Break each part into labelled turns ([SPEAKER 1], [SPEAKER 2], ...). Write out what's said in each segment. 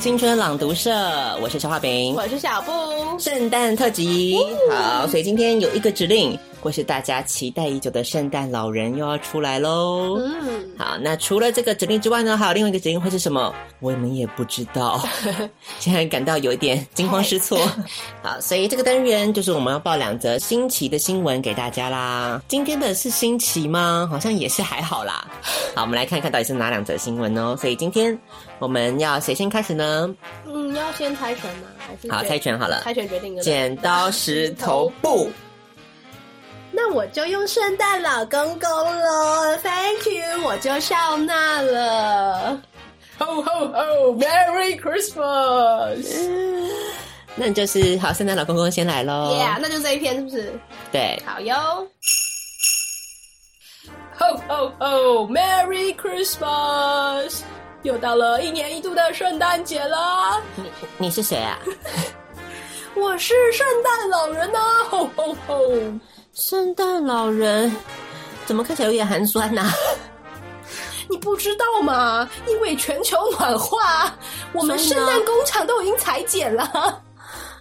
[SPEAKER 1] 青春朗读社，我是小画饼，
[SPEAKER 2] 我是小布。
[SPEAKER 1] 圣诞特辑，好，所以今天有一个指令，或是大家期待已久的圣诞老人又要出来喽。
[SPEAKER 2] 嗯，
[SPEAKER 1] 好，那除了这个指令之外呢，还有另外一个指令会是什么？我们也不知道，现在感到有一点惊慌失措。好，所以这个单元就是我们要报两则新奇的新闻给大家啦。今天的是新奇吗？好像也是还好啦。好，我们来看看到底是哪两则新闻哦。所以今天我们要谁先开始呢？
[SPEAKER 2] 嗯，要先猜拳吗？还是
[SPEAKER 1] 好，
[SPEAKER 2] 决
[SPEAKER 1] 猜拳好了，
[SPEAKER 2] 猜拳决定的。
[SPEAKER 1] 剪刀石头布。
[SPEAKER 2] 那我就用圣诞老公公喽，Thank you，我就笑纳了。Ho ho ho，Merry Christmas！Yeah，
[SPEAKER 1] 那你就是好，圣诞老公公先来喽。
[SPEAKER 2] 那就这一篇是不是？
[SPEAKER 1] 对，
[SPEAKER 2] 好哟。Ho ho ho，Merry Christmas！又到了一年一度的圣诞节啦，
[SPEAKER 1] 你是谁啊？
[SPEAKER 2] 我是圣诞老人呐、啊、！Ho ho ho！
[SPEAKER 1] 圣诞老人怎么看起来有点寒酸 啊呐、
[SPEAKER 2] 你不知道吗？因为全球暖化，我们
[SPEAKER 1] 真的
[SPEAKER 2] 圣诞工厂都已经裁剪了。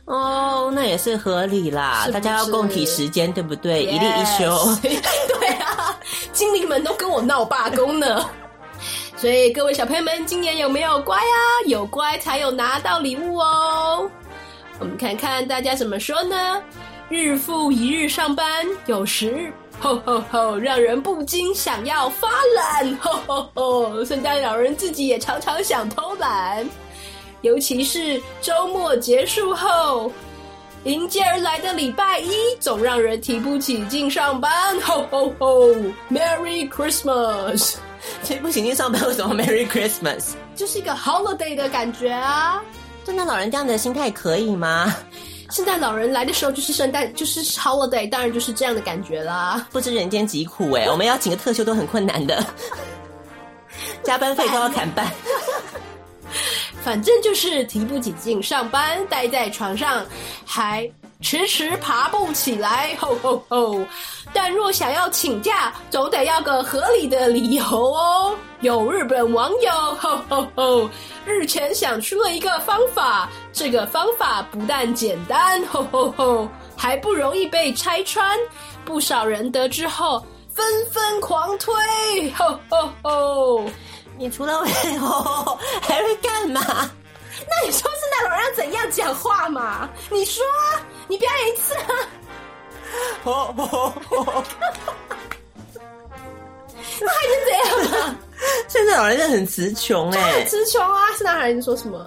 [SPEAKER 1] 哦，那也是合理啦，
[SPEAKER 2] 是不是
[SPEAKER 1] 大家要共体时间，对不对？一例一休
[SPEAKER 2] Yes 。对啊，精灵们都跟我闹罢工呢。 所以各位小朋友们，今年有没有乖啊？有乖才有拿到礼物哦。我们看看大家怎么说呢？日复一日上班，有时吼吼吼，让人不禁想要发懒。 吼吼吼，圣诞老人自己也常常想偷懒，尤其是周末结束后，迎接而来的礼拜一，总让人提不起劲上班。吼吼吼，Merry Christmas，
[SPEAKER 1] 所以不行，去上班为什么 Merry Christmas？
[SPEAKER 2] 就是一个 holiday 的感觉啊。
[SPEAKER 1] 圣诞老人这样的心态可以吗？
[SPEAKER 2] 圣诞老人来的时候就是圣诞，就是 holiday，当然就是这样的感觉啦。
[SPEAKER 1] 不知人间疾苦 哎、我们要请个特休都很困难的，加班费都要砍半。
[SPEAKER 2] 反正就是提不起劲上班，待在床上还迟迟爬不起来。 吼吼吼！但若想要请假，总得要个合理的理由哦。有日本网友 吼吼吼，日前想出了一个方法，这个方法不但简单， 吼吼吼，还不容易被拆穿。不少人得知后纷纷狂推， 吼吼吼！
[SPEAKER 1] 你除了会吼，还会干嘛？
[SPEAKER 2] 那你说圣诞老人要怎样讲话嘛？你说啊，你表演一次啊！
[SPEAKER 1] 吼吼吼！
[SPEAKER 2] 那还能怎样啊？
[SPEAKER 1] 圣诞老人真的很词穷哎、
[SPEAKER 2] 很词穷啊！圣诞老人说什么？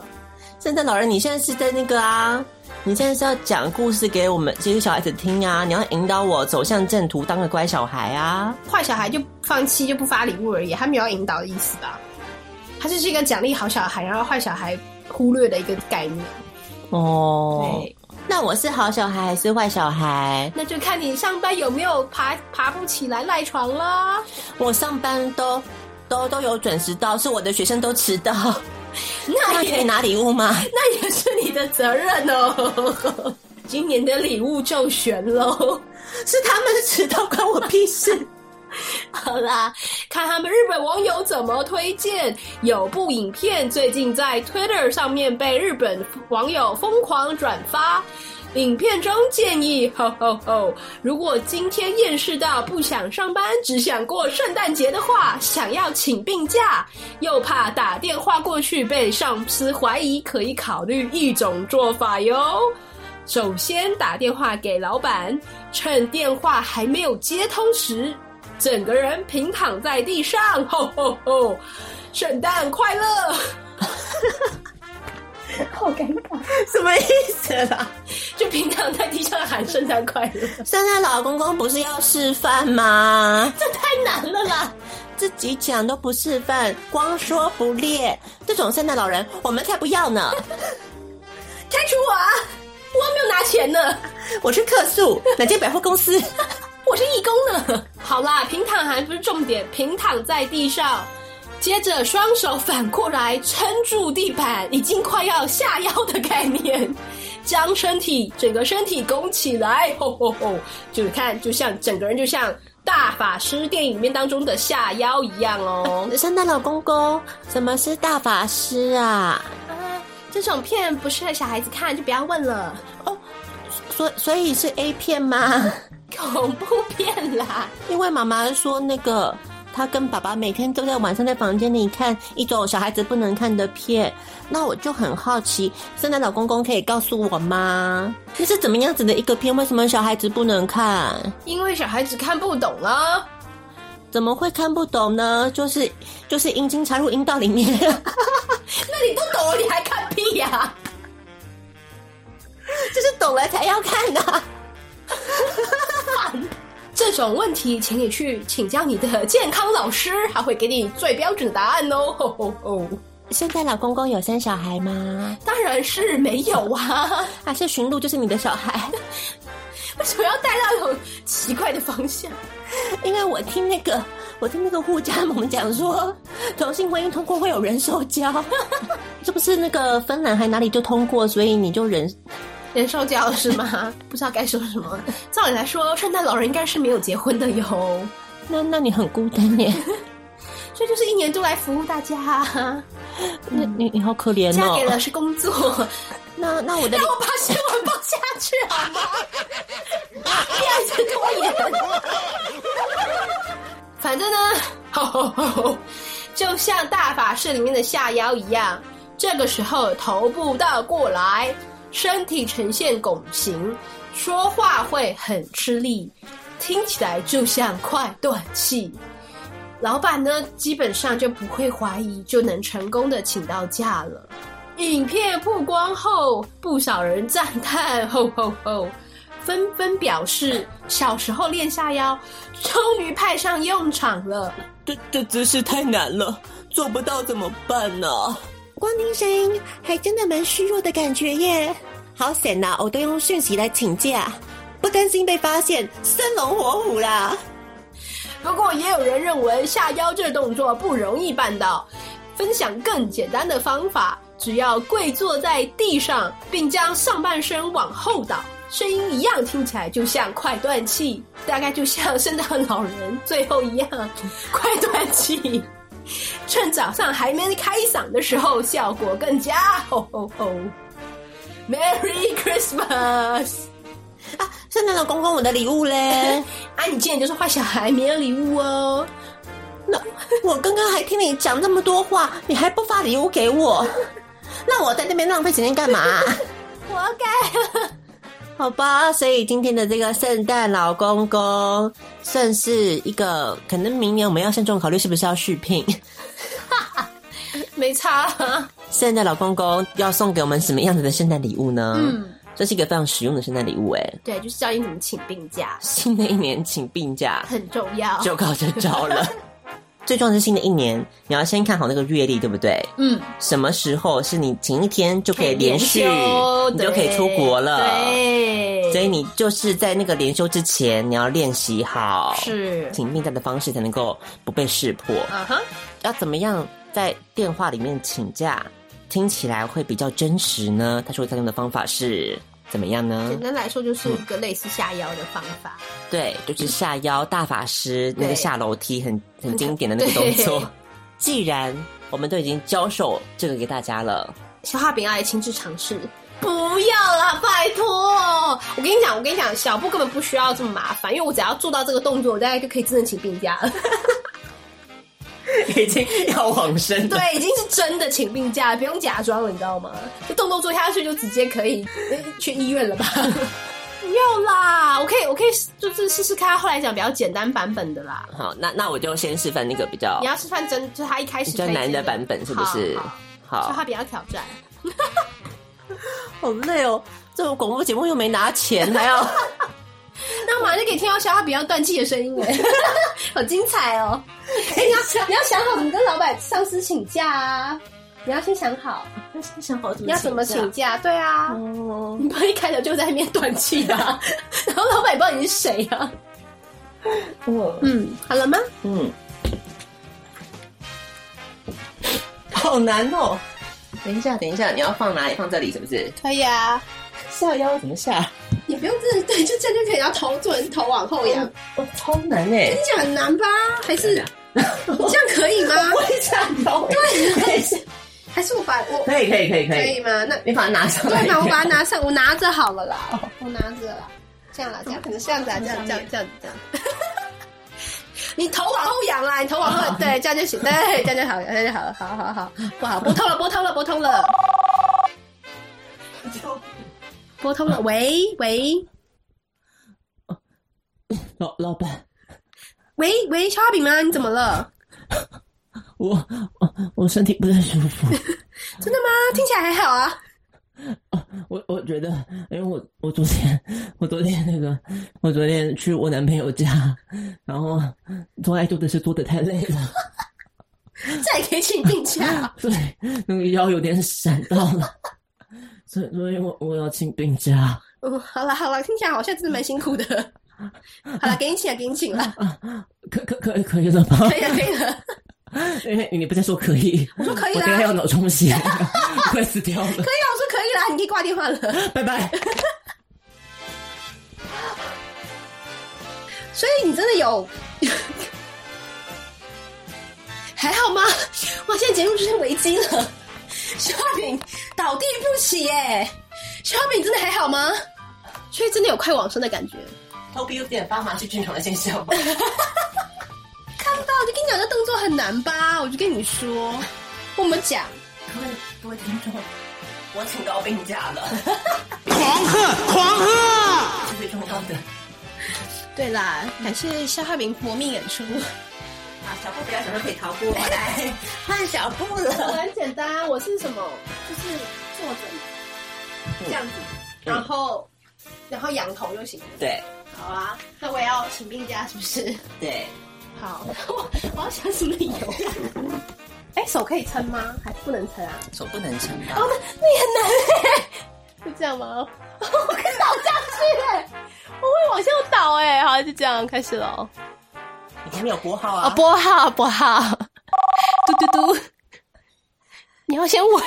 [SPEAKER 1] 圣诞老人，你现在是在那个啊？你现在是要讲故事给我们这些小孩子听啊？你要引导我走向正途，当个乖小孩啊！
[SPEAKER 2] 坏小孩就放弃就不发礼物而已，他没有要引导的意思吧？他就是一个奖励好小孩，然后坏小孩忽略的一个概念。
[SPEAKER 1] 哦
[SPEAKER 2] 对，，
[SPEAKER 1] 那我是好小孩还是坏小孩？
[SPEAKER 2] 那就看你上班有没有爬爬不起来赖床啦。
[SPEAKER 1] 我上班都都都有准时到，是我的学生都迟 到，
[SPEAKER 2] 那
[SPEAKER 1] 那可以
[SPEAKER 2] 也
[SPEAKER 1] 拿礼物吗？
[SPEAKER 2] 那也是你的责任哦。 今年的礼物就悬喽。
[SPEAKER 1] 是他们迟到关我屁事。
[SPEAKER 2] 好啦，看他们日本网友怎么推荐。有部影片最近在 Twitter 上面被日本网友疯狂转发。影片中建议，吼吼吼！如果今天厌世到不想上班，只想过圣诞节的话，想要请病假，又怕打电话过去被上司怀疑，可以考虑一种做法哟。首先打电话给老板，趁电话还没有接通时，整个人平躺在地上， 吼吼吼！圣诞快乐！ 好尴尬，
[SPEAKER 1] 什么意思啊啦？
[SPEAKER 2] 就平躺在地上喊 圣诞快乐，
[SPEAKER 1] 圣诞老公公不是要示范吗？
[SPEAKER 2] 这太难了啦！
[SPEAKER 1] 自己讲都不示范，光说不练，这种圣诞老人我们才不要呢！
[SPEAKER 2] 开除我啊！我还没有拿钱呢，
[SPEAKER 1] 我去客 诉哪间百货公司？
[SPEAKER 2] 我是义工呢。好啦，平躺还不是重点，平躺在地上，接着双手反过来撑住地板，已经快要下腰的概念，将身体整个身体拱起来， 吼吼吼！就看，就像整个人就像大法师电影里面当中的下腰一样哦。
[SPEAKER 1] 圣诞老公公，什么是大法师啊？
[SPEAKER 2] 啊，这种片不适合小孩子看，就不要问了。
[SPEAKER 1] 哦，所所以是 A 片吗？
[SPEAKER 2] 恐怖片啦！
[SPEAKER 1] 因为妈妈说那个，她跟爸爸每天都在晚上在房间里看一种小孩子不能看的片，那我就很好奇，圣诞老公公可以告诉我吗？这是怎么样子的一个片？为什么小孩子不能看？
[SPEAKER 2] 因为小孩子看不懂啊，
[SPEAKER 1] 怎么会看不懂呢？就是就是阴茎插入阴道里面，
[SPEAKER 2] 那你都懂了，你还看屁呀、
[SPEAKER 1] 就是懂了才要看啊的、
[SPEAKER 2] 这种问题，请你去请教你的健康老师，他会给你最标准的答案哦。 吼吼吼
[SPEAKER 1] 圣诞老公公有生小孩吗？
[SPEAKER 2] 当然是没有啊，
[SPEAKER 1] 还是驯鹿就是你的小孩？
[SPEAKER 2] 为什么要带到那种奇怪的方向？
[SPEAKER 1] 因为我听那个，我听那个护家盟讲说，同性婚姻通过会有人受 教，是不是那个芬兰还哪里就通过，所以你就人
[SPEAKER 2] 人受教是吗？ 不知道该说什么。照理来说，圣诞老人应该是没有结婚的哟，
[SPEAKER 1] 那那你很孤单耶，
[SPEAKER 2] 所以就是一年都来服务大家啊。
[SPEAKER 1] 那你你好可怜
[SPEAKER 2] 嫁给
[SPEAKER 1] 哦。
[SPEAKER 2] 了是工作，
[SPEAKER 1] 那那 我的
[SPEAKER 2] 让我把新闻报下去好吗？ 不要一直拖延。反正呢，就像大法师里面的下腰一样，这个时候头部倒过来，身体呈现拱形，说话会很吃力，听起来就像快断气。老板呢，基本上就不会怀疑，就能成功的请到假了。影片曝光后，不少人赞叹，吼吼吼，纷纷表示小时候练下腰，终于派上用场了。
[SPEAKER 1] 这这姿势太难了，做不到怎么办呢、光听声音还真的蛮虚弱的感觉耶，好险呐、我都用讯息来请假，不担心被发现，生龙活虎啦。
[SPEAKER 2] 不过，也有人认为下腰这动作不容易办到，分享更简单的方法，只要跪坐在地上，并将上半身往后倒，声音一样听起来就像快断气， 大概就像圣诞老人最后一样快断气。 趁早上还没开嗓的时候，效果更佳。吼吼吼！Merry Christmas！
[SPEAKER 1] 啊，圣诞老公公，我的礼物嘞！
[SPEAKER 2] 啊，你今年就是坏小孩，没有礼物哦。
[SPEAKER 1] 那 我刚刚还听你讲那么多话，你还不发礼物给我？ 那我在那边浪费时间干嘛？
[SPEAKER 2] 活该。
[SPEAKER 1] 好吧，所以今天的这个圣诞老公公，算是一个可能明年我们要慎重考虑是不是要续聘。
[SPEAKER 2] 没差啦。
[SPEAKER 1] 圣诞老公公要送给我们什么样子的圣诞礼物呢？
[SPEAKER 2] 嗯，
[SPEAKER 1] 这是一个非常实用的圣诞礼物哎、
[SPEAKER 2] 对，就是教你怎么请病假，
[SPEAKER 1] 新的一年请病假
[SPEAKER 2] 很重要。
[SPEAKER 1] 就靠这招了。 最重要的是新的一年，你要先看好那个月历，对不对？
[SPEAKER 2] 嗯，
[SPEAKER 1] 什么时候是你请一天就可以连续，
[SPEAKER 2] 可以连休
[SPEAKER 1] 你就可以出国了。
[SPEAKER 2] 对，
[SPEAKER 1] 所以你就是在那个连休之前，你要练习好，
[SPEAKER 2] 是
[SPEAKER 1] 请病假的方式才能够不被识破。
[SPEAKER 2] 啊哈，
[SPEAKER 1] 要怎么样在电话里面请假，听起来会比较真实呢？他说他用的方法是怎么样呢
[SPEAKER 2] 简？单来说就是一个类似下腰的方法。
[SPEAKER 1] 对，就是下腰大法师
[SPEAKER 2] 对
[SPEAKER 1] 那个下楼梯很很经典的那个动
[SPEAKER 2] 对
[SPEAKER 1] 作。 既然我们都已经教授这个给大 家了，
[SPEAKER 2] 小画饼要来亲自尝试。不要啦，拜托！我跟你讲，我跟你讲，小布根本不需要这么麻烦，因为我只要做到这个动作，我大概就可以真的请病假了。
[SPEAKER 1] 已经要往生了。
[SPEAKER 2] 对，已经是真的请病假了，不用假装了，你知道吗？这动作做下去就直接可以 呃去医院了吧？ 不要啦，我可以，我可以就是试试看，后来讲比较简单版本的啦。
[SPEAKER 1] 好，那那我就先示范那个比较
[SPEAKER 2] 你要示范真，就是他一开始
[SPEAKER 1] 比较难的版本，是不是？
[SPEAKER 2] 就他
[SPEAKER 1] 好，
[SPEAKER 2] 比较挑战。
[SPEAKER 1] 好累哦，这种广播节目又没拿钱，还要。
[SPEAKER 2] 那我马上就可以听到小哈比较断气的声音哎，好精彩哦！哎、你要 你要想好怎么跟老板、上司请假啊！你要先想好
[SPEAKER 1] 那先 想好怎
[SPEAKER 2] 你要怎么
[SPEAKER 1] 请
[SPEAKER 2] 请假，对啊，
[SPEAKER 1] 哦，
[SPEAKER 2] 你不会一开头就在那边断气吧、 然后老板也不知道你是谁啊。
[SPEAKER 1] 嗯
[SPEAKER 2] 嗯，好了吗？
[SPEAKER 1] 嗯，好难哦。等一下，等一下，你要放哪里？放这里是不是？
[SPEAKER 2] 可以啊，
[SPEAKER 1] 下腰怎么下？
[SPEAKER 2] 也不用这对，就这样就可以，然后头做人头往后仰，
[SPEAKER 1] 哦，超难 哎！
[SPEAKER 2] 这样很难吧？还是你这样可 以吗？
[SPEAKER 1] 下腰欸。
[SPEAKER 2] 对，还是我把我
[SPEAKER 1] 可以可以可以可
[SPEAKER 2] 可
[SPEAKER 1] 以，
[SPEAKER 2] 以吗？那
[SPEAKER 1] 你把它拿上 来。
[SPEAKER 2] 对嘛，我把它拿上，我拿着好了啦，我拿着啦，这样啦，这样可能这样子啊，这样这样这样这样。 你头往后仰啦，你头往后， 对，这样就行，对，这样就好了，这样就好了，好好好，不好，拨通了，拨通了，拨通了，拨通 了，喂喂
[SPEAKER 1] 老老板，
[SPEAKER 2] 喂喂，小阿饼吗？你怎么了？
[SPEAKER 1] 我我我身体不太舒服，
[SPEAKER 2] 真的吗？听起来还好啊，
[SPEAKER 1] 我我觉得，因为我我昨天我昨天那个我昨天去我男朋友家，然后做爱做的是做的太累了，
[SPEAKER 2] 这也可以请病假 啊。
[SPEAKER 1] 所以那个腰有点闪到了，所以所以我我要请病假。
[SPEAKER 2] 嗯，好了好了，听起来好像真的蛮辛苦 的。好了，给你请了，给你请 了，
[SPEAKER 1] 可可可可以了吗？
[SPEAKER 2] 可以了可以了，
[SPEAKER 1] 因为你不再说可以，
[SPEAKER 2] 我说可以
[SPEAKER 1] 我
[SPEAKER 2] 啦，
[SPEAKER 1] 等一
[SPEAKER 2] 可以
[SPEAKER 1] 下
[SPEAKER 2] 啊，
[SPEAKER 1] 要脑充血， 快死掉了，
[SPEAKER 2] 我说可以啦，你可以挂电话了。
[SPEAKER 1] 拜拜。
[SPEAKER 2] 所以你真的有， 还好吗？哇，现在节目出现危机了， 小饼倒地不起耶！小饼真的还好吗？所以真的有快往生的感觉。
[SPEAKER 1] 头皮有点发麻是正常的现象吧？
[SPEAKER 2] 看到，我就跟你讲，这动作很难吧？我就跟你说，我们讲，
[SPEAKER 1] 各位各位听众，我请高病假 了，
[SPEAKER 3] 狂喝，狂喝！
[SPEAKER 1] 特别重要的，
[SPEAKER 2] 对啦，感谢肖汉明搏命演出。
[SPEAKER 1] 啊，小布不要想说可以逃过 来，换小布了。
[SPEAKER 2] 很简单，我是什么？就是坐着这样子，然后然后仰头就行了。
[SPEAKER 1] 对
[SPEAKER 2] 好啊，那我也要请病假是不是？
[SPEAKER 1] 对，
[SPEAKER 2] 好， 我我要想什么理由？ 哎、手可以撑吗？还是不能撑啊？
[SPEAKER 1] 手不能撑吧
[SPEAKER 2] 哦，？那那也很难哎、是这样吗？ 我会倒下去哎、 我会往下倒哎、好，就这样开始了。
[SPEAKER 1] 你还没有拨号
[SPEAKER 2] 啊，
[SPEAKER 1] 啊？
[SPEAKER 2] 拨号拨号，嘟嘟嘟，你要先围。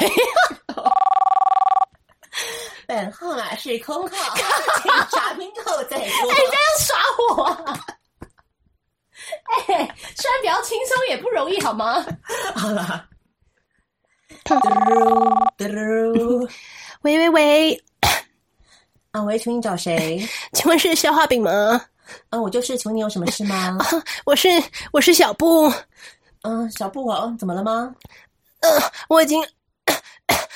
[SPEAKER 1] 本号码是空 号，请查明后再拨。
[SPEAKER 2] 哎、这样耍我、 啊！哎、虽然比较轻松，也不容易，好吗？
[SPEAKER 1] 好啦。嘟噜嘟噜，
[SPEAKER 2] 喂喂喂，
[SPEAKER 1] 啊，喂，请你找谁？
[SPEAKER 2] 请问是消化饼吗？
[SPEAKER 1] 啊，我就是，请问你有什么事 吗？
[SPEAKER 2] 我是我是小布，
[SPEAKER 1] 嗯，小布啊，嗯怎么了吗？
[SPEAKER 2] 我已经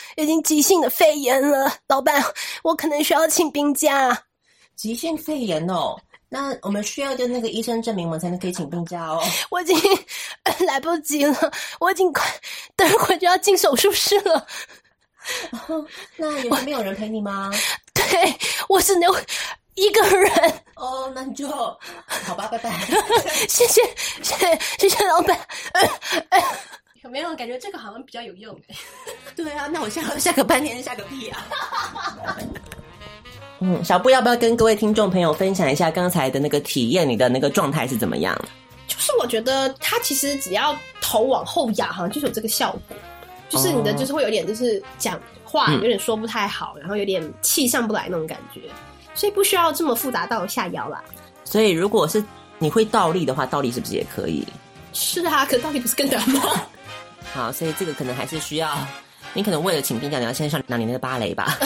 [SPEAKER 2] 已经急性的肺炎了，老板，我可能需要请病假。
[SPEAKER 1] 急性肺炎哦，那我们需要就那个医生证明，我们才能可以请病假 哦。
[SPEAKER 2] 我已经 来不及了，我已经快等会就要进手术室了。
[SPEAKER 1] 那有没有人陪你吗？
[SPEAKER 2] 对我只能一个人。
[SPEAKER 1] 哦，那你就好吧，拜拜。
[SPEAKER 2] 谢谢谢谢谢谢老板。有没有感觉这个好像比较有用？
[SPEAKER 1] 对啊，那我下 下个半天下个屁啊！嗯，小布要不要跟各位听众朋友分享一下刚才的那个体验，你的那个状态是怎么样？
[SPEAKER 2] 就是我觉得它其实只要头往后仰，好像就是有这个效果，就是你的
[SPEAKER 1] 哦
[SPEAKER 2] 就是会有点就是讲话
[SPEAKER 1] 嗯
[SPEAKER 2] 有点说不太好，然后有点气上不来那种感觉，所以不需要这么复杂到下腰啦。
[SPEAKER 1] 所以如果是你会倒立的话，倒立是不是也可以？
[SPEAKER 2] 是啊，可到底不是更难吗？
[SPEAKER 1] 好，所以这个可能还是需要，你可能为了请病假，你要先上两年的芭 蕾吧，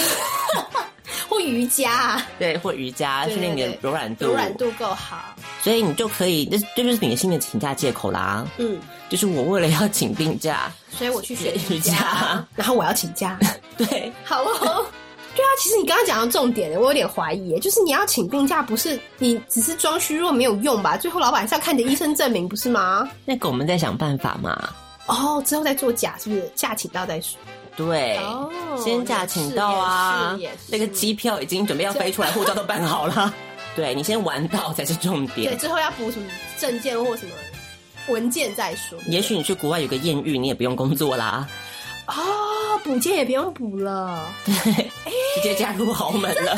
[SPEAKER 2] 或瑜伽啊
[SPEAKER 1] 对，或瑜伽
[SPEAKER 2] 对
[SPEAKER 1] 训练你的
[SPEAKER 2] 对对
[SPEAKER 1] 柔软度，
[SPEAKER 2] 柔软度够好，
[SPEAKER 1] 所以你就可以，这这就是你的新的请假借口啦。
[SPEAKER 2] 嗯，
[SPEAKER 1] 就是我为了要请 病假，
[SPEAKER 2] 所以我去学
[SPEAKER 1] 瑜
[SPEAKER 2] 瑜
[SPEAKER 1] 伽
[SPEAKER 2] 伽，啊然后我要请假。
[SPEAKER 1] 对，
[SPEAKER 2] 好哦。 对啊，其实你刚刚讲到重点了，我有点怀疑耶，就是你要请病假，不是你只是装虚弱没有用吧？最后老板是要看你的医生证明，不是吗？
[SPEAKER 1] 那个我们再想办法嘛。
[SPEAKER 2] 哦，之后再做假，是不是？假请到再说。
[SPEAKER 1] 对，
[SPEAKER 2] 哦
[SPEAKER 1] 哎先假请到啊
[SPEAKER 2] 也是也，是
[SPEAKER 1] 那个机票已经准备要飞出来，护照都 办好了。对你先玩到才是重
[SPEAKER 2] 对，
[SPEAKER 1] 点。
[SPEAKER 2] 之后要补什么证件或什么
[SPEAKER 4] 文件再说。
[SPEAKER 1] 也许你去国外有个艳遇，你也不用工 作啦，
[SPEAKER 2] 哦，补件也不用补了，
[SPEAKER 1] 直接嫁入豪门了。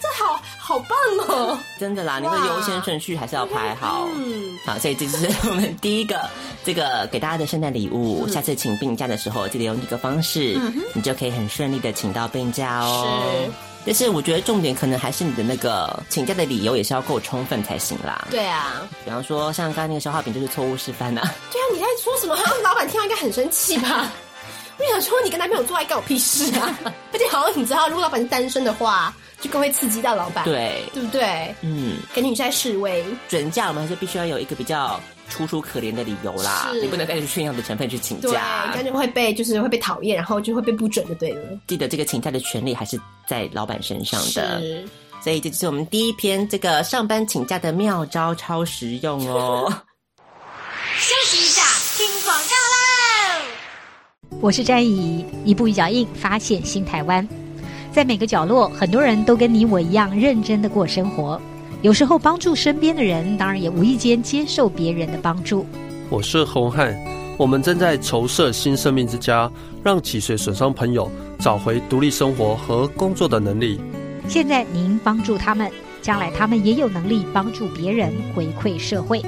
[SPEAKER 2] 这好好棒哦！
[SPEAKER 1] 真的啦，你的优先顺序还是要排好。
[SPEAKER 2] 嗯，
[SPEAKER 1] 好，所以这就是我们第一个这个给大家的圣诞礼
[SPEAKER 2] 嗯
[SPEAKER 1] 物。下次请病假的时候，记得用这个方式，你就可以很顺利的请到病假哦。
[SPEAKER 2] 是。
[SPEAKER 1] 但是我觉得重点可能还是你的那个请假的理由也是要够充分才行啦。
[SPEAKER 2] 对啊，
[SPEAKER 1] 比方说像刚刚那个消化饼就是错误示范呐、
[SPEAKER 2] 对啊，你在说什么？他老板听到应该很生气吧？ 我想说，你跟男朋友做爱干我屁事 啊！而且好像你知道，如果老板是单身的话，就更会刺激到老板，
[SPEAKER 1] 对，
[SPEAKER 2] 对不对？
[SPEAKER 1] 嗯，
[SPEAKER 2] 感觉你是在示威，
[SPEAKER 1] 准假我们还是必须要有一个比较楚楚可怜的理由啦，
[SPEAKER 2] 是
[SPEAKER 1] 你不能带着炫耀的成分去请
[SPEAKER 2] 对，
[SPEAKER 1] 假。
[SPEAKER 2] 感觉会被就是会被讨厌，然后就会被不准就对了。
[SPEAKER 1] 记得这个请假的权利还是在老板身上的。
[SPEAKER 2] 是，
[SPEAKER 1] 所以这就是我们第一篇这个上班请假的妙招，超实用 哦。
[SPEAKER 5] 休息一下，听广告喽。
[SPEAKER 6] 我是詹怡，一步一脚印发现新台湾。在每个角落，很多人都跟你我一样认真的过生活，有时候帮助身边的人，当然也无意间接受别人的帮助。
[SPEAKER 7] 我是洪汉，我们正在筹设新生命之家，让脊髓损伤朋友找回独立生活和工作的能力。
[SPEAKER 6] 现在您帮助他们，将来他们也有能力帮助别人，回馈社会。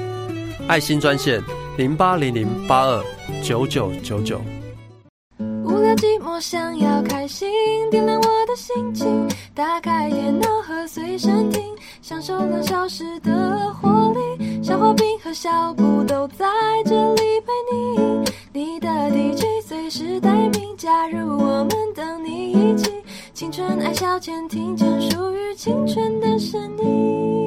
[SPEAKER 7] 爱心专线零八零零八二九九九九。
[SPEAKER 8] 无聊寂寞，想要开心，点亮我的心情，打开电脑和随身听，享受两小时的活力。小花瓶和小布都在这里陪你，你的 DJ 随时待命，加入我们，等你一起。青春爱消遣，听见属于青春的声音。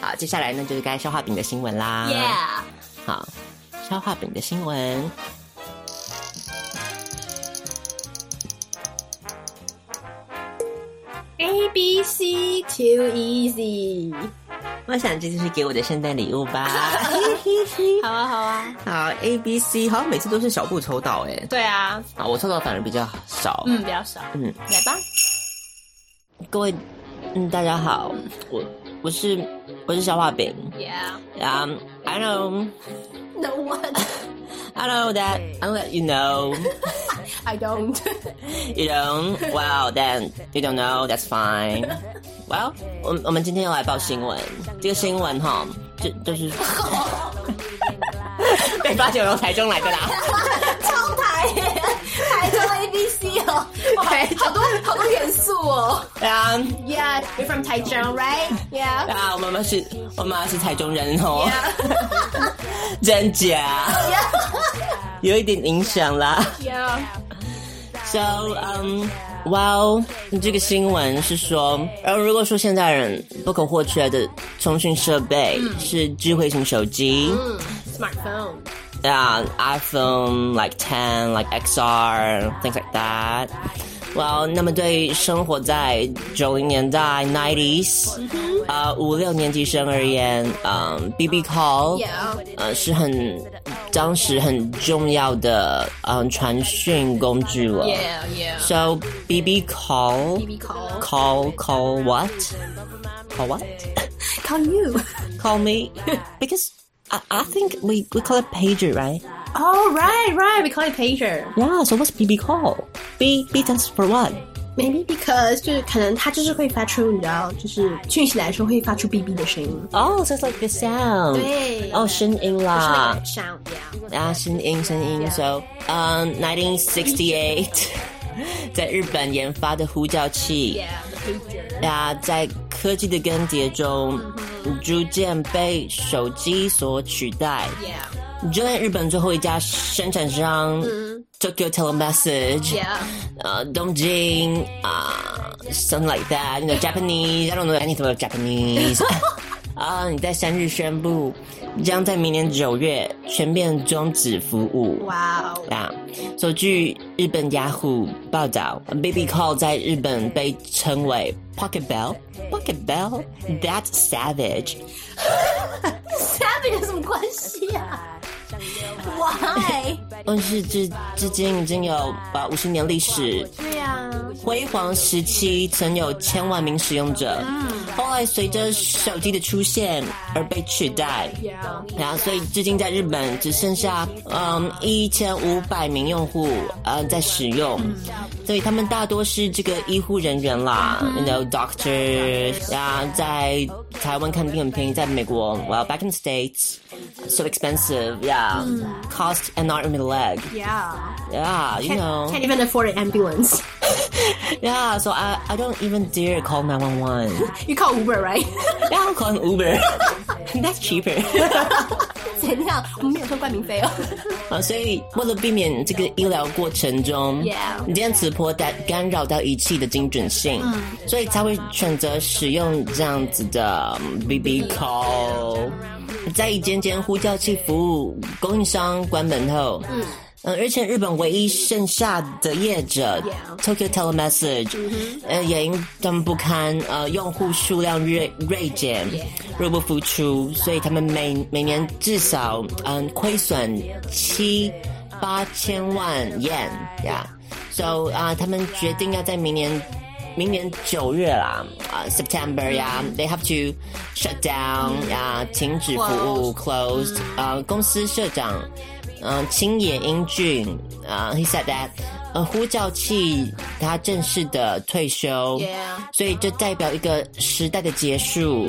[SPEAKER 1] 好，接下来呢就是该消化饼的新闻啦。
[SPEAKER 2] Yeah，
[SPEAKER 1] 好，消化饼的新闻。
[SPEAKER 2] A B C too easy。
[SPEAKER 1] 我想这就是给我的圣诞礼物 吧。
[SPEAKER 2] 好啊，好啊，
[SPEAKER 1] 好，A B C，好像每次都是小布抽到哎、
[SPEAKER 2] 对啊，
[SPEAKER 1] 啊，我抽到反而比较少。
[SPEAKER 2] 嗯，比较少，
[SPEAKER 1] 嗯，
[SPEAKER 2] 来吧。
[SPEAKER 1] 各位，嗯，大家好，我我是我是消化饼
[SPEAKER 2] Yeah，
[SPEAKER 1] 啊、i Um, don't
[SPEAKER 2] no one,
[SPEAKER 1] I don't know that I don't let you know
[SPEAKER 2] I don't.
[SPEAKER 1] you don't well then you don't know that's fine well 我们我们今天要来报新闻，这个新闻哈，就就是 被发现我从台中来的啦。
[SPEAKER 2] 超台耶，台中 A B C 哦，哇，好多好多元素哦。
[SPEAKER 1] 对啊，
[SPEAKER 2] Yeah, you're from Taichung, right? Yeah.
[SPEAKER 1] 对啊，我妈妈是，我妈妈是台中人哦，真假？有一点影响啦。
[SPEAKER 2] Yeah.
[SPEAKER 1] So，嗯、哇哦，这个新闻是说，呃，如果说现代人不可或缺的通讯设备是智慧型手机，
[SPEAKER 2] Smartphone.
[SPEAKER 1] 对啊，iPhone like ten like XR things like that。Well，那么对于生活在九零年代 nineties，呃五六年级生而言，嗯、b b call，
[SPEAKER 2] Yeah.
[SPEAKER 1] 呃是很当时很重要的嗯、传讯工具了。
[SPEAKER 2] Yeah, yeah.
[SPEAKER 1] So BB call
[SPEAKER 2] BB call.
[SPEAKER 1] call call what? Call what?
[SPEAKER 2] Call you.
[SPEAKER 1] Call me because I, I think we, we call it pager, right?
[SPEAKER 2] Oh, right, right. We call it pager.
[SPEAKER 1] Yeah, so what's BB call? B B stands for what?
[SPEAKER 2] Maybe because 就是可能它就是会发出，你知道，就是讯息来说会发出 B B 的声音。
[SPEAKER 1] Oh, so it's like the sound.
[SPEAKER 2] 对
[SPEAKER 1] Oh, 声音啦，
[SPEAKER 2] sound, yeah.
[SPEAKER 1] 啊，声音声音。So, um, 1968，在日本研发的呼叫器。
[SPEAKER 2] Yeah, the pager.
[SPEAKER 1] 呀，在科技的更迭中，逐渐被手机所取代。
[SPEAKER 2] Yeah,
[SPEAKER 1] 就连日本最后一家生产商、Tokyo Telemessage，、
[SPEAKER 2] yeah.
[SPEAKER 1] 呃，东京啊、s o m e t h i n g like that，you know Japanese，I don't know anything about Japanese 。啊、你在三日宣布将在明年九月全面终止服务。
[SPEAKER 2] Wow.
[SPEAKER 1] 啊，所以据日本雅虎报道，Baby Call 在日本被称为 Pocket Bell。Pocket Bell, that's savage。
[SPEAKER 2] Savage 有什么关系啊？ Why？
[SPEAKER 1] 问世嗯至至今已经有把五十年历史，
[SPEAKER 2] 对呀、
[SPEAKER 1] 辉煌时期曾有千万名使用者，
[SPEAKER 2] 嗯
[SPEAKER 1] 后来随着手机的出现而被取代。
[SPEAKER 2] 呀，
[SPEAKER 1] 然后，所以至今在日本只剩下嗯一千五百名用户呃在使用，
[SPEAKER 2] 嗯
[SPEAKER 1] 所以他们大多是这个医护人员啦，
[SPEAKER 2] 嗯
[SPEAKER 1] 然后 doctor，然后在台湾看病很便宜，在美国 well back in the states so expensive yeah cost an arm and a leg
[SPEAKER 2] Mm. yeah.
[SPEAKER 1] yeah you know
[SPEAKER 2] Can't even afford an ambulance.
[SPEAKER 1] yeah so I I don't even dare call 911
[SPEAKER 2] You call Uber, right?
[SPEAKER 1] yeah I'll call an Uber that's cheaper
[SPEAKER 2] 怎样？我们没有收冠名费哦。
[SPEAKER 1] 啊，所以为了避免这个医疗过程中
[SPEAKER 2] Yeah 嗯
[SPEAKER 1] 你将磁波干干扰到仪器的精准性，所以才会选择使用这样子的嗯 BB call。在一间间呼叫器服务供应商关门后，嗯。嗯，而且日本唯一剩下的业者 Tokyo Telemessage，呃，也因登不堪，呃，用户数量锐锐减，入不敷出，所以他们每每年至少嗯亏损七八千万 yen 呀、so 啊、他们决定要在明年明年九月啦，啊、s e p t e m b e r 呀、t h e y have to shut down 呀、停止服务 closed，啊、公司社长，嗯、青野英俊，啊、h e said that，呃，呼叫器他正式的退休
[SPEAKER 2] Yeah
[SPEAKER 1] 所以这代表一个时代的结束。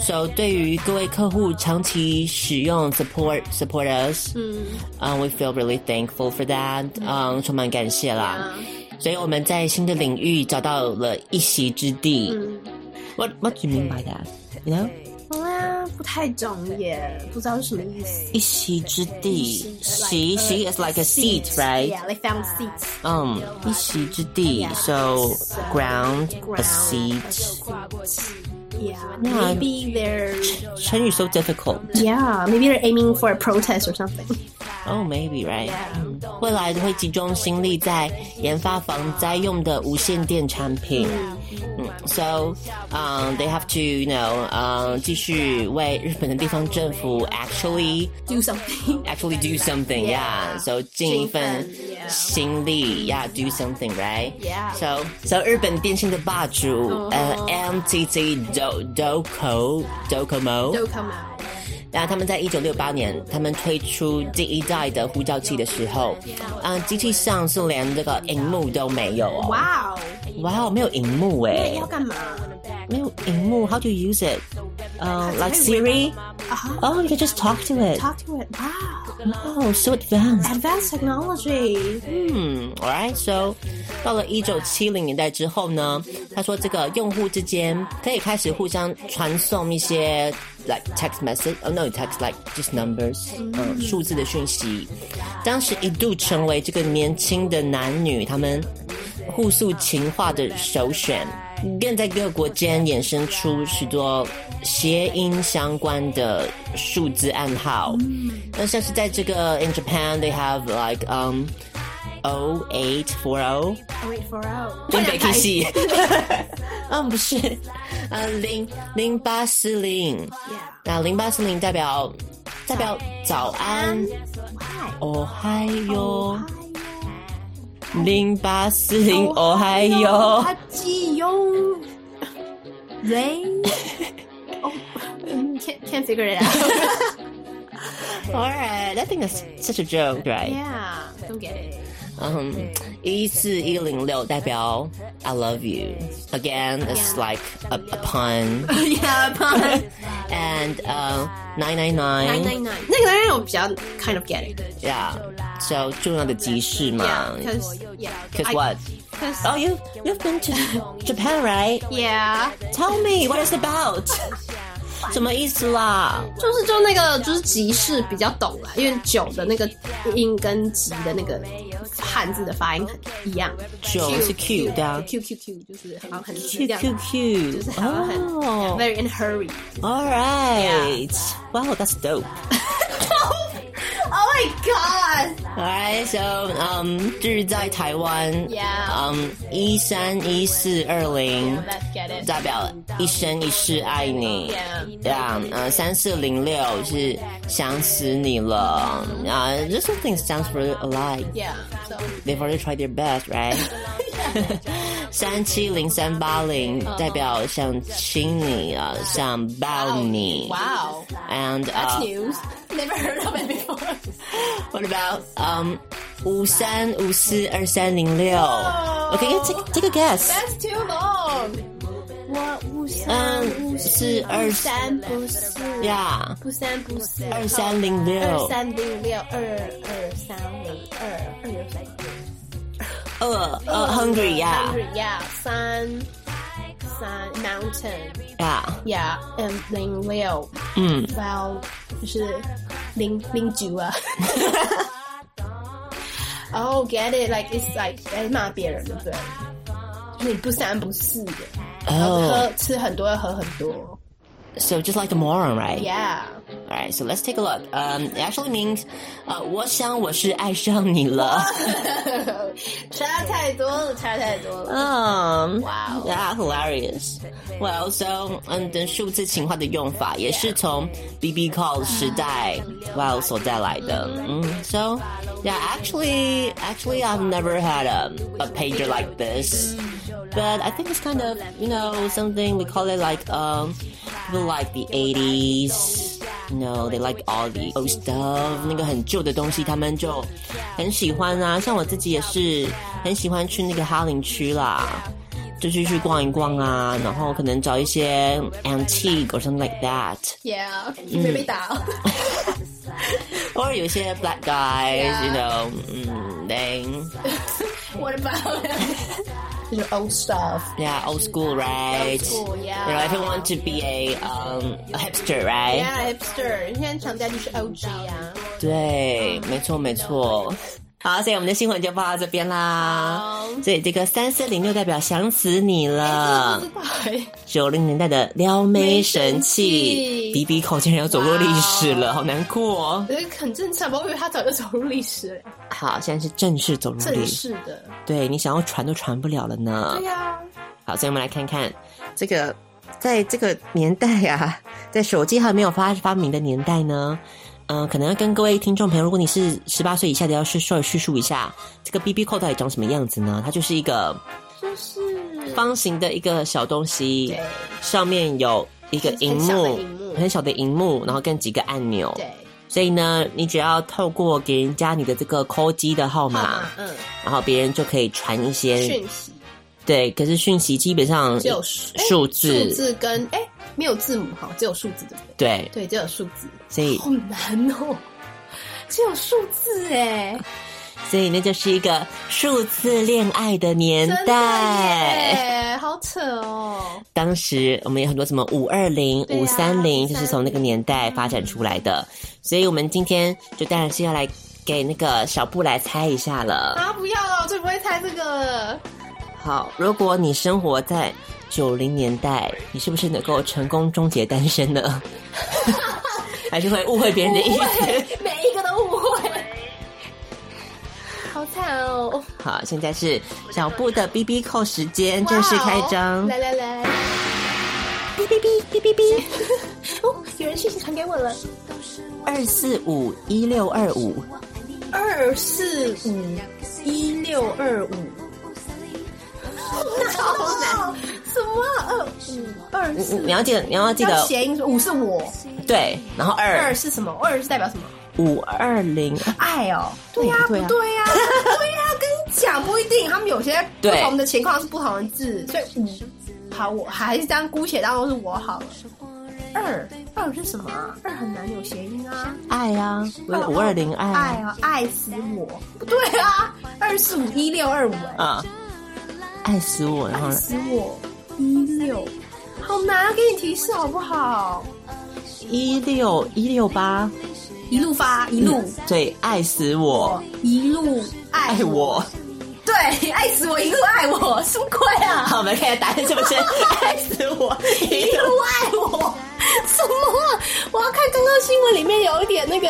[SPEAKER 1] So 对于各位客户长期使用 support support us，嗯、w e feel really thankful for that，嗯、充满感谢啦。所以我们在新的领域找到了一席之地。What What do you mean by that? You know，
[SPEAKER 2] 啊，不太懂耶，不知道是什么意思。
[SPEAKER 1] 一席之地，席席 is like a seat, right?
[SPEAKER 2] Yeah, they found seats.
[SPEAKER 1] 嗯，Um, 一席之地，so ground a seat.
[SPEAKER 2] Yeah,
[SPEAKER 1] Yeah.
[SPEAKER 2] maybe they're
[SPEAKER 1] 成语 so difficult.
[SPEAKER 2] yeah, maybe they're aiming for a protest or something.
[SPEAKER 1] Oh, maybe right. 嗯未来会集中心力在研发防灾用的无线电产品。嗯，so, um, they have to, you know, um, 继续为日本的地方政府 actually
[SPEAKER 2] Do something.
[SPEAKER 1] actually do something, yeah. So 尽一份心力，yeah, do something, right?
[SPEAKER 2] Yeah.
[SPEAKER 1] So, so 日本电信的霸主，呃，MTT Do Doco Docomo。
[SPEAKER 2] Do come out.
[SPEAKER 1] 那他们在一九六八年，他们推出第一代的呼叫器的时候，嗯、机器上是连这个荧幕都没有哦。
[SPEAKER 2] Wow.
[SPEAKER 1] 哇哦，没有荧幕哎，
[SPEAKER 2] 要干嘛？
[SPEAKER 1] 没有荧幕，How do you use it？呃、l i k e Siri？Oh, you can just talk to it.
[SPEAKER 2] Talk to it. Wow.
[SPEAKER 1] Oh, so advanced.
[SPEAKER 2] Advanced technology.
[SPEAKER 1] 嗯，Alright, so 到了一九七零年代之后呢，他说这个用户之间可以开始互相传送一些 like text message，哦、no text like just numbers，嗯，数字的讯息。当时一度成为这个年轻的男女他们互诉情话的首选，更在各国间衍生出许多谐音相关的数字暗号。那像是在这个 in Japan they have like um。O eight four oh? O，东
[SPEAKER 2] oh.
[SPEAKER 1] 北 K 系， 嗯，不是，呃，零零八四零，那零八四零代表 Uh, 代表早安，哦嗨哟，零八四零哦嗨哟，
[SPEAKER 2] 他基用 they oh can't can't figure it out.
[SPEAKER 1] Alright, I think that's such a joke, right?
[SPEAKER 2] yeah, don't get it.
[SPEAKER 1] 嗯，一四一零六代表 I love you. Again, it's like a, a pun.
[SPEAKER 2] yeah, but
[SPEAKER 1] And uh, nine nine nine.
[SPEAKER 2] 那个男人我比较 kind of get it.
[SPEAKER 1] Yeah. So 重要的集市嘛。
[SPEAKER 2] Cause yeah,
[SPEAKER 1] Cause what?
[SPEAKER 2] cause
[SPEAKER 1] Oh, you you've been to Japan, right?
[SPEAKER 2] yeah，
[SPEAKER 1] Tell me what it's about. 什么意思啦？
[SPEAKER 2] 就是就那个就是集市比较懂了，因为酒的那个音跟集的那个汉字的发音很一样。
[SPEAKER 1] 酒是 Q 的啊
[SPEAKER 2] Q Q Q 就是好像很急
[SPEAKER 1] Q
[SPEAKER 2] 这样
[SPEAKER 1] Q
[SPEAKER 2] 就是
[SPEAKER 1] Q。
[SPEAKER 2] 好像很、
[SPEAKER 1] 哦
[SPEAKER 2] very in a hurry。
[SPEAKER 1] ，All right. Wow, that's dope.
[SPEAKER 2] Oh my
[SPEAKER 4] my god！
[SPEAKER 1] 来，so um, 嗯，日在台湾，
[SPEAKER 2] Yeah.
[SPEAKER 1] 嗯，一三一四二零
[SPEAKER 2] Let's get it.
[SPEAKER 1] 代表一生一世爱你
[SPEAKER 2] Yeah.，
[SPEAKER 1] 对啊，呃，三四零六是想死你了啊，just something sounds really alike。
[SPEAKER 2] Yeah. So
[SPEAKER 1] They've already tried their best, right? 三七零三八零代表想亲你啊，想抱你。
[SPEAKER 2] wow.
[SPEAKER 1] And
[SPEAKER 2] That's
[SPEAKER 1] uh,
[SPEAKER 2] news. Never heard of it before.
[SPEAKER 1] What about um 五三五四二三零六？Okay, you take take a guess.
[SPEAKER 2] That's too long.
[SPEAKER 9] 我五三
[SPEAKER 1] 嗯，
[SPEAKER 9] 五
[SPEAKER 1] 是二
[SPEAKER 9] 三不是
[SPEAKER 1] 呀，
[SPEAKER 9] 不三不四
[SPEAKER 1] 二三零六
[SPEAKER 9] 二三零六二
[SPEAKER 2] er,
[SPEAKER 9] 二三零二二三
[SPEAKER 1] 二呃 Uh, hungry
[SPEAKER 2] Ah.
[SPEAKER 1] 呀
[SPEAKER 9] 二呀三三 mountain
[SPEAKER 1] 呀，
[SPEAKER 9] 呀嗯零六
[SPEAKER 1] 嗯，
[SPEAKER 9] well 就是零零九啊。
[SPEAKER 2] Oh, get it? Like it's like 在骂别人，对不对？就是你不三不四的，然后喝、
[SPEAKER 1] 哦
[SPEAKER 2] 吃很多，喝很多。
[SPEAKER 1] So just like the moron, right?
[SPEAKER 2] Yeah.
[SPEAKER 1] Alright, so let's take a look. Um, it actually means, 呃，我想我是爱上你了。
[SPEAKER 2] 差太多了，差太多了。
[SPEAKER 1] Um,
[SPEAKER 2] Wow.
[SPEAKER 1] yeah, hilarious. Well, so 嗯，等数字情话的用法也是从 BB Call 时代 Wow 所带来的。嗯，So yeah, actually, actually, I've never had a a pager like this. But I think it's kind of, you know, something we call it like, um, people like the 80s, you know, they like all the old stuff, 那个很旧的东西他们就很喜欢啊。像我自己也是很喜欢去那个哈林区啦，就是去逛一逛啊，然后可能找一些 antique or something like that，
[SPEAKER 2] Yeah，没被打哦。
[SPEAKER 1] 或者有一些 black guys，you know，嗯，they
[SPEAKER 2] What about？就是 old stuff。
[SPEAKER 1] yeah old school right？
[SPEAKER 2] school, yeah.
[SPEAKER 1] You know, if you want to be a um a hipster right？
[SPEAKER 2] Yeah, hipster，现在厂家就是 OG 啊。
[SPEAKER 1] 对，没错没错。好，所以我们的新闻就报到这边啦。所以这个三四零六代表想死你了，九零年代的撩妹神 器
[SPEAKER 2] 妹神器
[SPEAKER 1] ，B B 口竟然要走入历史了，好难过、哦。
[SPEAKER 2] 我觉得很正常吧，我以为他早就走入历史了，
[SPEAKER 1] 好，现在是正式走入历
[SPEAKER 2] 正
[SPEAKER 1] 史，
[SPEAKER 2] 式的。
[SPEAKER 1] 对你想要传都传不了了呢。
[SPEAKER 2] 对啊，
[SPEAKER 1] 好，所以我们来看看这个，在这个年代啊， 在手机还没有发发明的年代呢，嗯、可能要跟各位听众朋友，如果你是十八岁以下的，要是稍微叙述一下这个 BB 扣到底长什么样子呢？它就是一个就是方形的一个小东西，上面有一个荧幕，很小的荧幕，然后跟几个按钮，
[SPEAKER 2] 对，
[SPEAKER 1] 所以呢，你只要透过给人家你的这个扣机的号码，
[SPEAKER 2] 嗯，
[SPEAKER 1] 然后别人就可以传一些
[SPEAKER 2] 讯息
[SPEAKER 1] 对，可是讯息基本上
[SPEAKER 2] 只有数哎
[SPEAKER 1] 数字，
[SPEAKER 2] 数字跟哎没有字母哈，只有数字对不对？对，
[SPEAKER 1] 对，
[SPEAKER 2] 只有数字，
[SPEAKER 1] 所以
[SPEAKER 2] 好难哦，只有数字哎，
[SPEAKER 1] 所以那就是一个数字恋爱的年
[SPEAKER 2] 真的
[SPEAKER 1] 代。
[SPEAKER 2] 耶，好扯哦。
[SPEAKER 1] 当时我们有很多什么五二零、
[SPEAKER 2] 对
[SPEAKER 1] 五
[SPEAKER 2] 啊
[SPEAKER 1] 三零，
[SPEAKER 2] 530
[SPEAKER 1] 就是从那个年代发展出来的。所以我们今天就当然是要来给那个小布来猜一下了。
[SPEAKER 2] 啊，不要了，我最不会猜这个了。
[SPEAKER 1] 好，如果你生活在九零年代，你是不是能够成功终结单身呢？ 还是会误会别人的意思？
[SPEAKER 2] 每一个都误会，好惨哦！
[SPEAKER 1] 好，现在是小布的 B B 扣时间正式开张。
[SPEAKER 2] 来来来，
[SPEAKER 1] 哔哔哔哔哔哔，
[SPEAKER 2] 哦，有人讯息传给我了，
[SPEAKER 1] 二四五一六二五，
[SPEAKER 2] 二四五一六二五，好难，什么二五二
[SPEAKER 1] 你
[SPEAKER 2] 四？
[SPEAKER 1] 你要记得，你要记
[SPEAKER 2] 要
[SPEAKER 1] 得，
[SPEAKER 2] 谐音是五是我，
[SPEAKER 1] 对，然后
[SPEAKER 2] 二
[SPEAKER 1] 二
[SPEAKER 2] 是什么？二是代表什么？
[SPEAKER 1] 五二零，
[SPEAKER 2] 爱哦，对呀、不
[SPEAKER 1] 对
[SPEAKER 2] 对
[SPEAKER 1] 啊
[SPEAKER 2] 呀、 对呀、跟你讲不一定，他们有些不
[SPEAKER 1] 对
[SPEAKER 2] 同的情况是不同的字，所以五好，我还是这样姑且当做是我好了。二二是什么啊？二很难有谐音啊，
[SPEAKER 1] 爱啊，五二零爱
[SPEAKER 2] Oh，爱
[SPEAKER 1] 啊
[SPEAKER 2] 啊，爱死我！不对啊，二四五一六二五，
[SPEAKER 1] 啊，爱死我，然后
[SPEAKER 2] 爱
[SPEAKER 1] 呢
[SPEAKER 2] 死我一六，好难啊，给你提示好不好？
[SPEAKER 1] 一六一六八，
[SPEAKER 2] 一路发一路，
[SPEAKER 1] 对，爱死我，
[SPEAKER 2] 一路爱
[SPEAKER 1] 爱我，
[SPEAKER 2] 对，爱死我一路爱我，什么鬼啊？
[SPEAKER 1] 好，我们看答案是不是爱死我？
[SPEAKER 2] 一路爱我，什么啊？我要看刚刚新闻里面有一点那个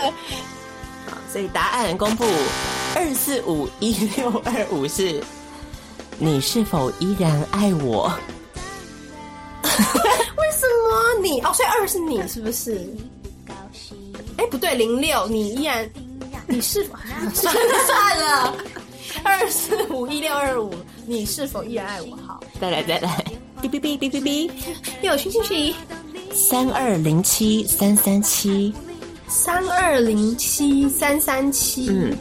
[SPEAKER 1] 所以答案公布：二四五一六二五是你是否依然爱我？
[SPEAKER 2] 为什么你？哦，所以二是你是不是？哎，不对，零六你依然你是 否算了算了，二四五一六二五，你是否依然爱我？好，
[SPEAKER 1] 再来再来，哔哔哔哔哔哔，
[SPEAKER 2] 又有讯讯息，
[SPEAKER 1] 三二零七三三七，
[SPEAKER 2] 三二零七三三七，
[SPEAKER 1] 嗯，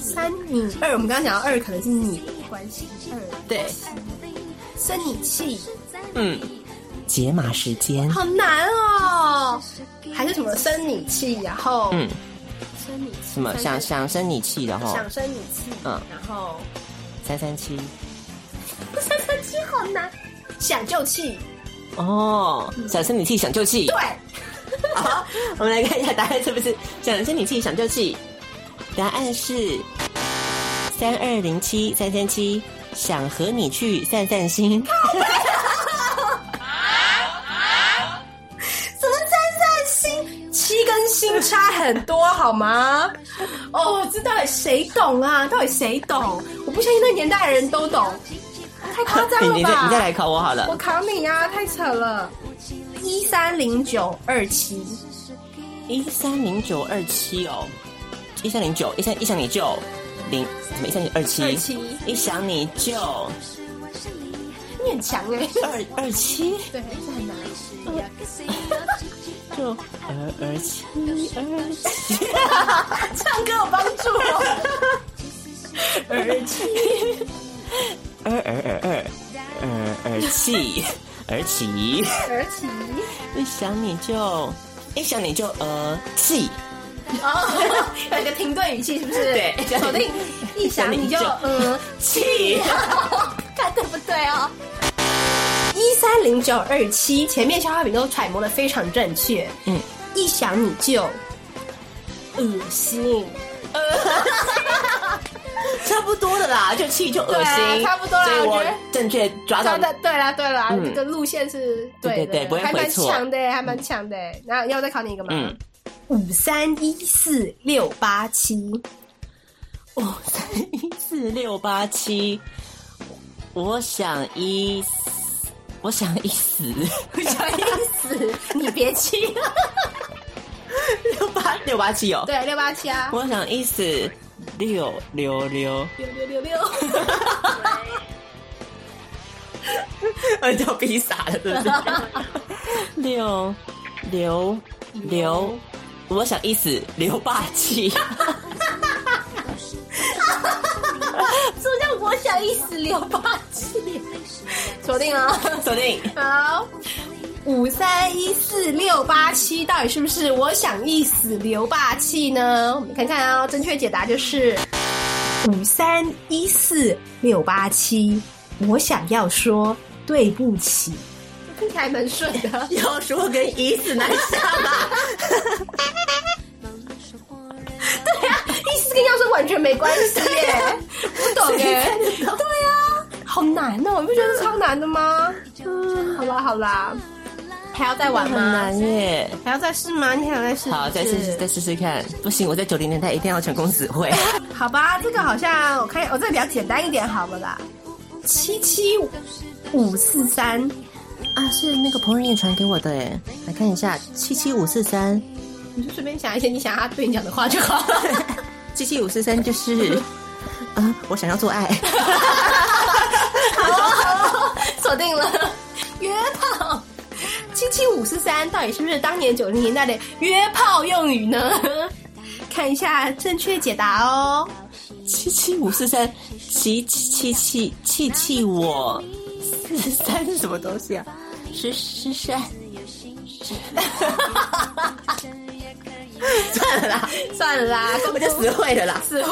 [SPEAKER 2] 三你二，我们刚刚讲到二可能是你的关系，二
[SPEAKER 1] 对，
[SPEAKER 2] 生你气，
[SPEAKER 1] 嗯，解码时间，
[SPEAKER 2] 好难哦，还是什么生你气，然后
[SPEAKER 1] 嗯，
[SPEAKER 2] 生你气
[SPEAKER 1] 什么想想生你气的哈，
[SPEAKER 2] 想生你气，
[SPEAKER 1] 嗯
[SPEAKER 2] 然后
[SPEAKER 1] 三三七，
[SPEAKER 2] 三三七好难，想就气，
[SPEAKER 1] 哦，想生你气想就气，
[SPEAKER 2] 对，
[SPEAKER 1] 好，我们来看一下答案是不是想生你气想就气？答案是三二零七三三七，想和你去散散心。
[SPEAKER 2] 怎么三三心七跟心差很多好吗？ 哦，这到底谁懂啊？到底谁懂？我不相信那年代的人都懂，太夸张
[SPEAKER 1] 你
[SPEAKER 2] 了
[SPEAKER 1] 你再
[SPEAKER 2] 吧？
[SPEAKER 1] 你再来考我好
[SPEAKER 2] 我
[SPEAKER 1] 了，
[SPEAKER 2] 考你啊，太扯了！一三零九二七，
[SPEAKER 1] 一三零九二七哦，一三零九一三一想你就零什么一三零二七
[SPEAKER 2] 27
[SPEAKER 1] 一想你就
[SPEAKER 2] 你很强哎、
[SPEAKER 1] 二二七
[SPEAKER 2] 对，这很难。
[SPEAKER 1] 就二二七二七，
[SPEAKER 2] 唱歌有帮助哦。
[SPEAKER 1] 二七，二二二二二二七，二七，
[SPEAKER 2] 而且，
[SPEAKER 1] 一想你就一想你就呃气，
[SPEAKER 2] 哦，有一个停顿语气是不是？
[SPEAKER 1] 对
[SPEAKER 2] 锁定一想你 就嗯气， 看对不对哦？一三零九二七，前面消化饼都揣摩的非常正确。
[SPEAKER 1] 嗯，
[SPEAKER 2] 一想你就恶心。
[SPEAKER 1] 差不多的啦，就气就恶
[SPEAKER 2] 对啊
[SPEAKER 1] 心，
[SPEAKER 2] 差不多啦
[SPEAKER 1] 所以
[SPEAKER 2] 我
[SPEAKER 1] 我
[SPEAKER 2] 觉得
[SPEAKER 1] 正确抓到
[SPEAKER 2] 真的，对啦对啦，
[SPEAKER 1] 嗯
[SPEAKER 2] 这个路线是的，
[SPEAKER 1] 对对对不会
[SPEAKER 2] 还
[SPEAKER 1] 回
[SPEAKER 2] 蛮
[SPEAKER 1] 错
[SPEAKER 2] 强的，还蛮强的。那要我再考你一个吗
[SPEAKER 1] 嗯？
[SPEAKER 2] 五三一四六八七，
[SPEAKER 1] 哦，三一四六八七，我想一死，我想一死，
[SPEAKER 2] 小意思， 你别气了。
[SPEAKER 1] 六八六八七哦，
[SPEAKER 2] 对，六八七啊，
[SPEAKER 1] 我想一死六六六，
[SPEAKER 2] 六六六 六，
[SPEAKER 1] 呃，叫逼傻了，对不对？六六六，我想一死六八七，
[SPEAKER 2] 什么叫我想一死六八七？ 锁定 啊，
[SPEAKER 1] 锁定
[SPEAKER 2] 好。五三一四六八七，到底是不是我想一死留霸气呢？我们看看哦，正确解答就是五三一四六八七。我想要说对不起，听起来蛮顺 的。
[SPEAKER 1] 要说跟一死难 下吧，
[SPEAKER 2] 啊意思跟要素完全没关系 耶，不懂耶。对啊，好难哦，你不觉得超难的吗？嗯，好啦好啦，还要再玩
[SPEAKER 1] 很
[SPEAKER 2] 吗？
[SPEAKER 1] 难耶。
[SPEAKER 2] 还要再试吗？你还想再试？
[SPEAKER 1] 好，再试试，再试试看。不行，我在九零年代一定要成功死 会。
[SPEAKER 2] 好吧，这个好像我看我、这个比较简单一点，好了啦。七七五四三，
[SPEAKER 1] 啊，是那个彭仁燕传给我的哎，来看一下七七五四三，
[SPEAKER 2] 你就随便想一些你想要对你讲的话就好 了。
[SPEAKER 1] 七七五四三就是， 啊，我想要做爱，
[SPEAKER 2] 锁定了约炮。七七五四三到底是不是当年九零年代的约炮用语呢？看一下正确解答哦。
[SPEAKER 1] 七七五四三，七七七七气我四三是什么东西啊？是是山，算了啦，
[SPEAKER 2] 算了啦，根
[SPEAKER 1] 我
[SPEAKER 2] 本
[SPEAKER 1] 就
[SPEAKER 2] 就
[SPEAKER 1] 死会了啦，
[SPEAKER 2] 死会，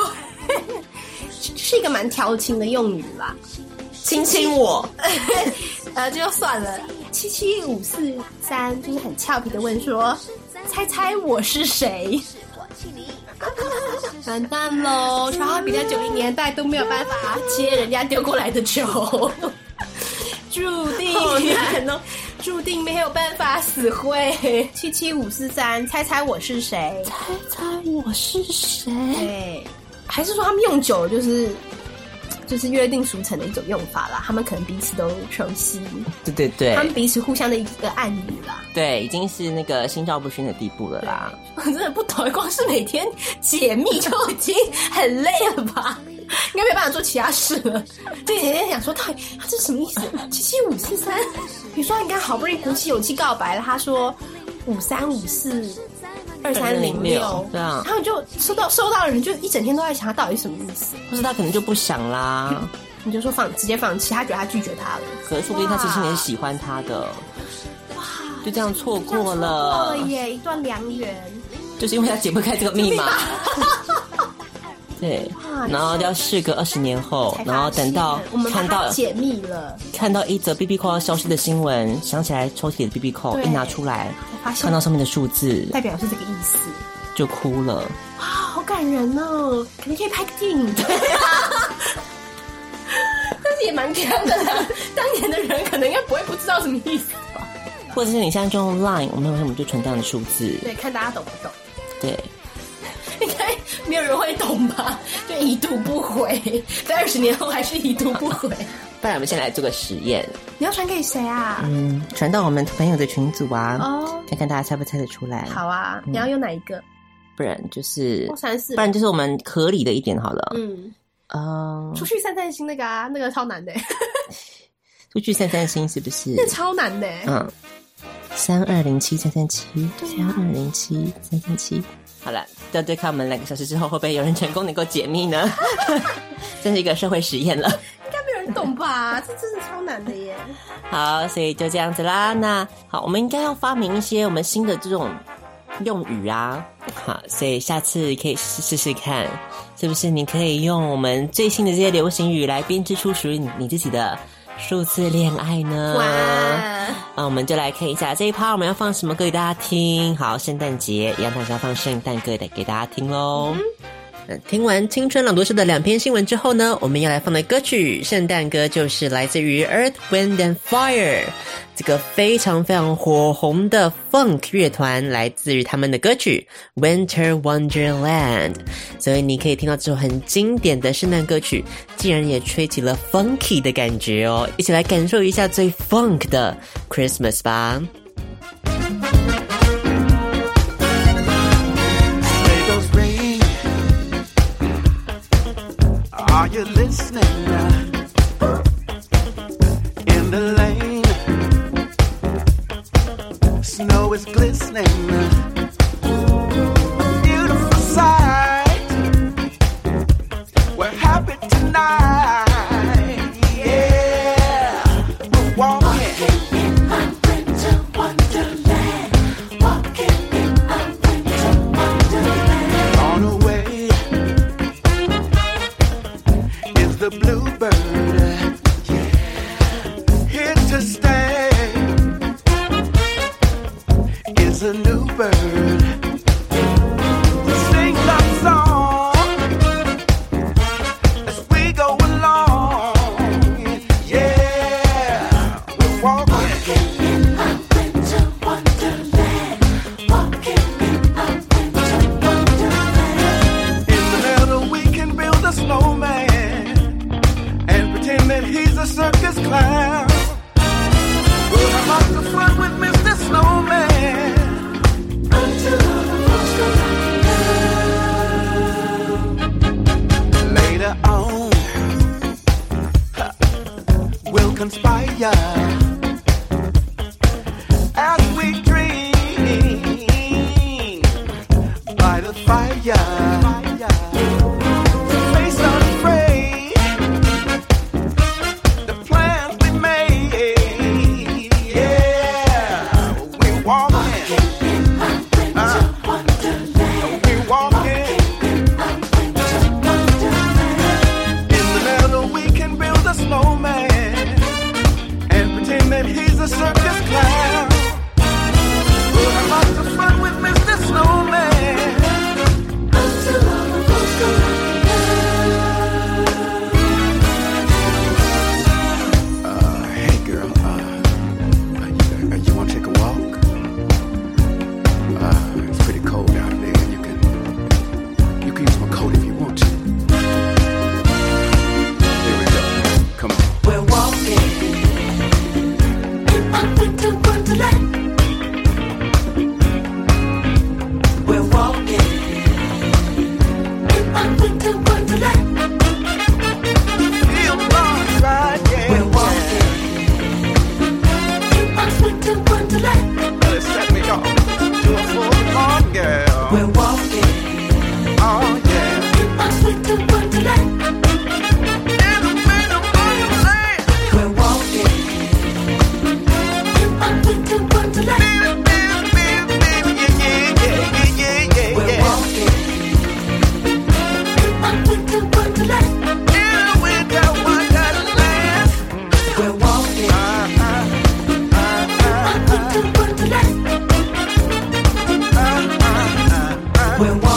[SPEAKER 2] 是一个蛮调情的用语啦。
[SPEAKER 1] 亲亲我，
[SPEAKER 2] 呃，这就算了。七七五四三就是很俏皮的问说：“猜猜我是谁？”完蛋喽！小花比在九零年代都没有办 法接人家丢过来的球，注定
[SPEAKER 1] 好难哦，
[SPEAKER 2] 注定没有办法死灰。
[SPEAKER 4] 七七五四三，猜猜我是谁？
[SPEAKER 9] 猜猜我是谁？
[SPEAKER 4] 对，
[SPEAKER 2] 还是说他们用久了就是就是约定俗成的一种用法啦？他们可能彼此都熟悉，
[SPEAKER 1] 对对
[SPEAKER 2] 他们
[SPEAKER 1] 对
[SPEAKER 2] 彼此互相的一个暗语啦。
[SPEAKER 1] 对，已经是那个心照不宣的地步了啦。
[SPEAKER 2] 我真的不懂，光是每天解密就已经很累了吧？应该没办法做其他事了。这姐姐想说，到底他这什么意思？七七五四三，你说你刚好不容易鼓起勇气告白了，他说五三五四二三零六，
[SPEAKER 1] 对啊
[SPEAKER 2] 然后就收到收到的人就一整天都在想他到底什么意思，
[SPEAKER 1] 或是他可能就不想啦，
[SPEAKER 2] 你就说放直接放弃，他觉得他拒绝他了，
[SPEAKER 1] 可能说不定他其实也是喜欢他的，就这样错过了
[SPEAKER 2] 这样错过，了哦耶，一段良缘。
[SPEAKER 1] 就是因为他解不开这个密码。 对，然后要事隔二十年后，然后等到
[SPEAKER 2] 我们把
[SPEAKER 1] 看
[SPEAKER 2] 它
[SPEAKER 1] 到
[SPEAKER 2] 解密了，
[SPEAKER 1] 看到一则 B B 扣要消失的新闻，想起来抽屉里的 B B 扣，
[SPEAKER 2] 对
[SPEAKER 1] 一拿出来
[SPEAKER 2] 发，现
[SPEAKER 1] 看到上面的数字
[SPEAKER 2] 代表是这个意思。
[SPEAKER 1] 就哭了。
[SPEAKER 2] 啊，好感人哦！可能可以拍个电影。对 但是也蛮干的啦，当年的人可能应该不会不知道什么意思吧？
[SPEAKER 1] 或者是你现在就用 Line，我们有什么就存这样的数字，
[SPEAKER 2] 对，看大家懂不懂，
[SPEAKER 1] 对，
[SPEAKER 2] 应该没有人会懂吧？就已读不回，在二十年后还是已读不回。
[SPEAKER 1] 不然我们先来做个实验，
[SPEAKER 2] 你要传给谁啊？
[SPEAKER 1] 嗯，传到我们朋友的群组啊，
[SPEAKER 2] 哦，
[SPEAKER 1] 看看大家猜不猜得出来。
[SPEAKER 2] 好，啊，你要用哪一个？
[SPEAKER 1] 不然就是
[SPEAKER 2] 二，三四
[SPEAKER 1] 不，然就是我们合理的一点好了。
[SPEAKER 2] 嗯，
[SPEAKER 1] 嗯，
[SPEAKER 2] 出去散散心那个啊，那个超难的，
[SPEAKER 1] 出去散散心是不是？
[SPEAKER 2] 那超难的。
[SPEAKER 1] 嗯，三二零七三三七，三二零七三三七。啊好了，要对看我们两个小时之后会不会有人成功能够解密呢？ 真是一个社会实验了。
[SPEAKER 2] 应该没有人 懂吧？这真的超难的耶！
[SPEAKER 1] 好，所以就这样子啦。那好，我们应该要发明一些我们新的这种用语啊。好，所以下次可以试试试看，是不是你可以用我们最新的这些流行语来编织出属于你你自己的数字恋爱呢？那我们就来看一下这一趴我们要放什么歌给大家听。好，圣诞节一样，大家放圣诞歌的给大家听喽。那嗯听完青春朗读社的两篇新闻之后呢，我们要来放的歌曲圣诞歌就是来自于 Earth, Wind and Fire 这个非常非常火红的 Funk 乐团，来自于他们的歌曲 Winter Wonderland。所以你可以听到这首很经典的圣诞歌曲，竟然也吹起了 funky 的感觉哦！一起来感受一下最 funk 的 Christmas 吧。
[SPEAKER 10] There goes rain. Are you listening? In the lane, snow is glistening. Beautiful sight. We're happy tonight. Yeah, we're walking. on her way is the bluebird here to stay is a new bird sing love song as we go along yeah we're walking In the middle, we can build a snowman and pretend that he's a circus clown. We'll have lots of fun with Mr. Snowman until all the folks go down. Later on, huh, we'll conspire as we dream by the fire. Face unafraid, the plans we made. Yeah, we walking. Uh, we walking. In the meadow, we can build a snowman and pretend that he's a circus clown. We'll have lots of fun with Mr. Snowman. Until uh, Uh,
[SPEAKER 11] when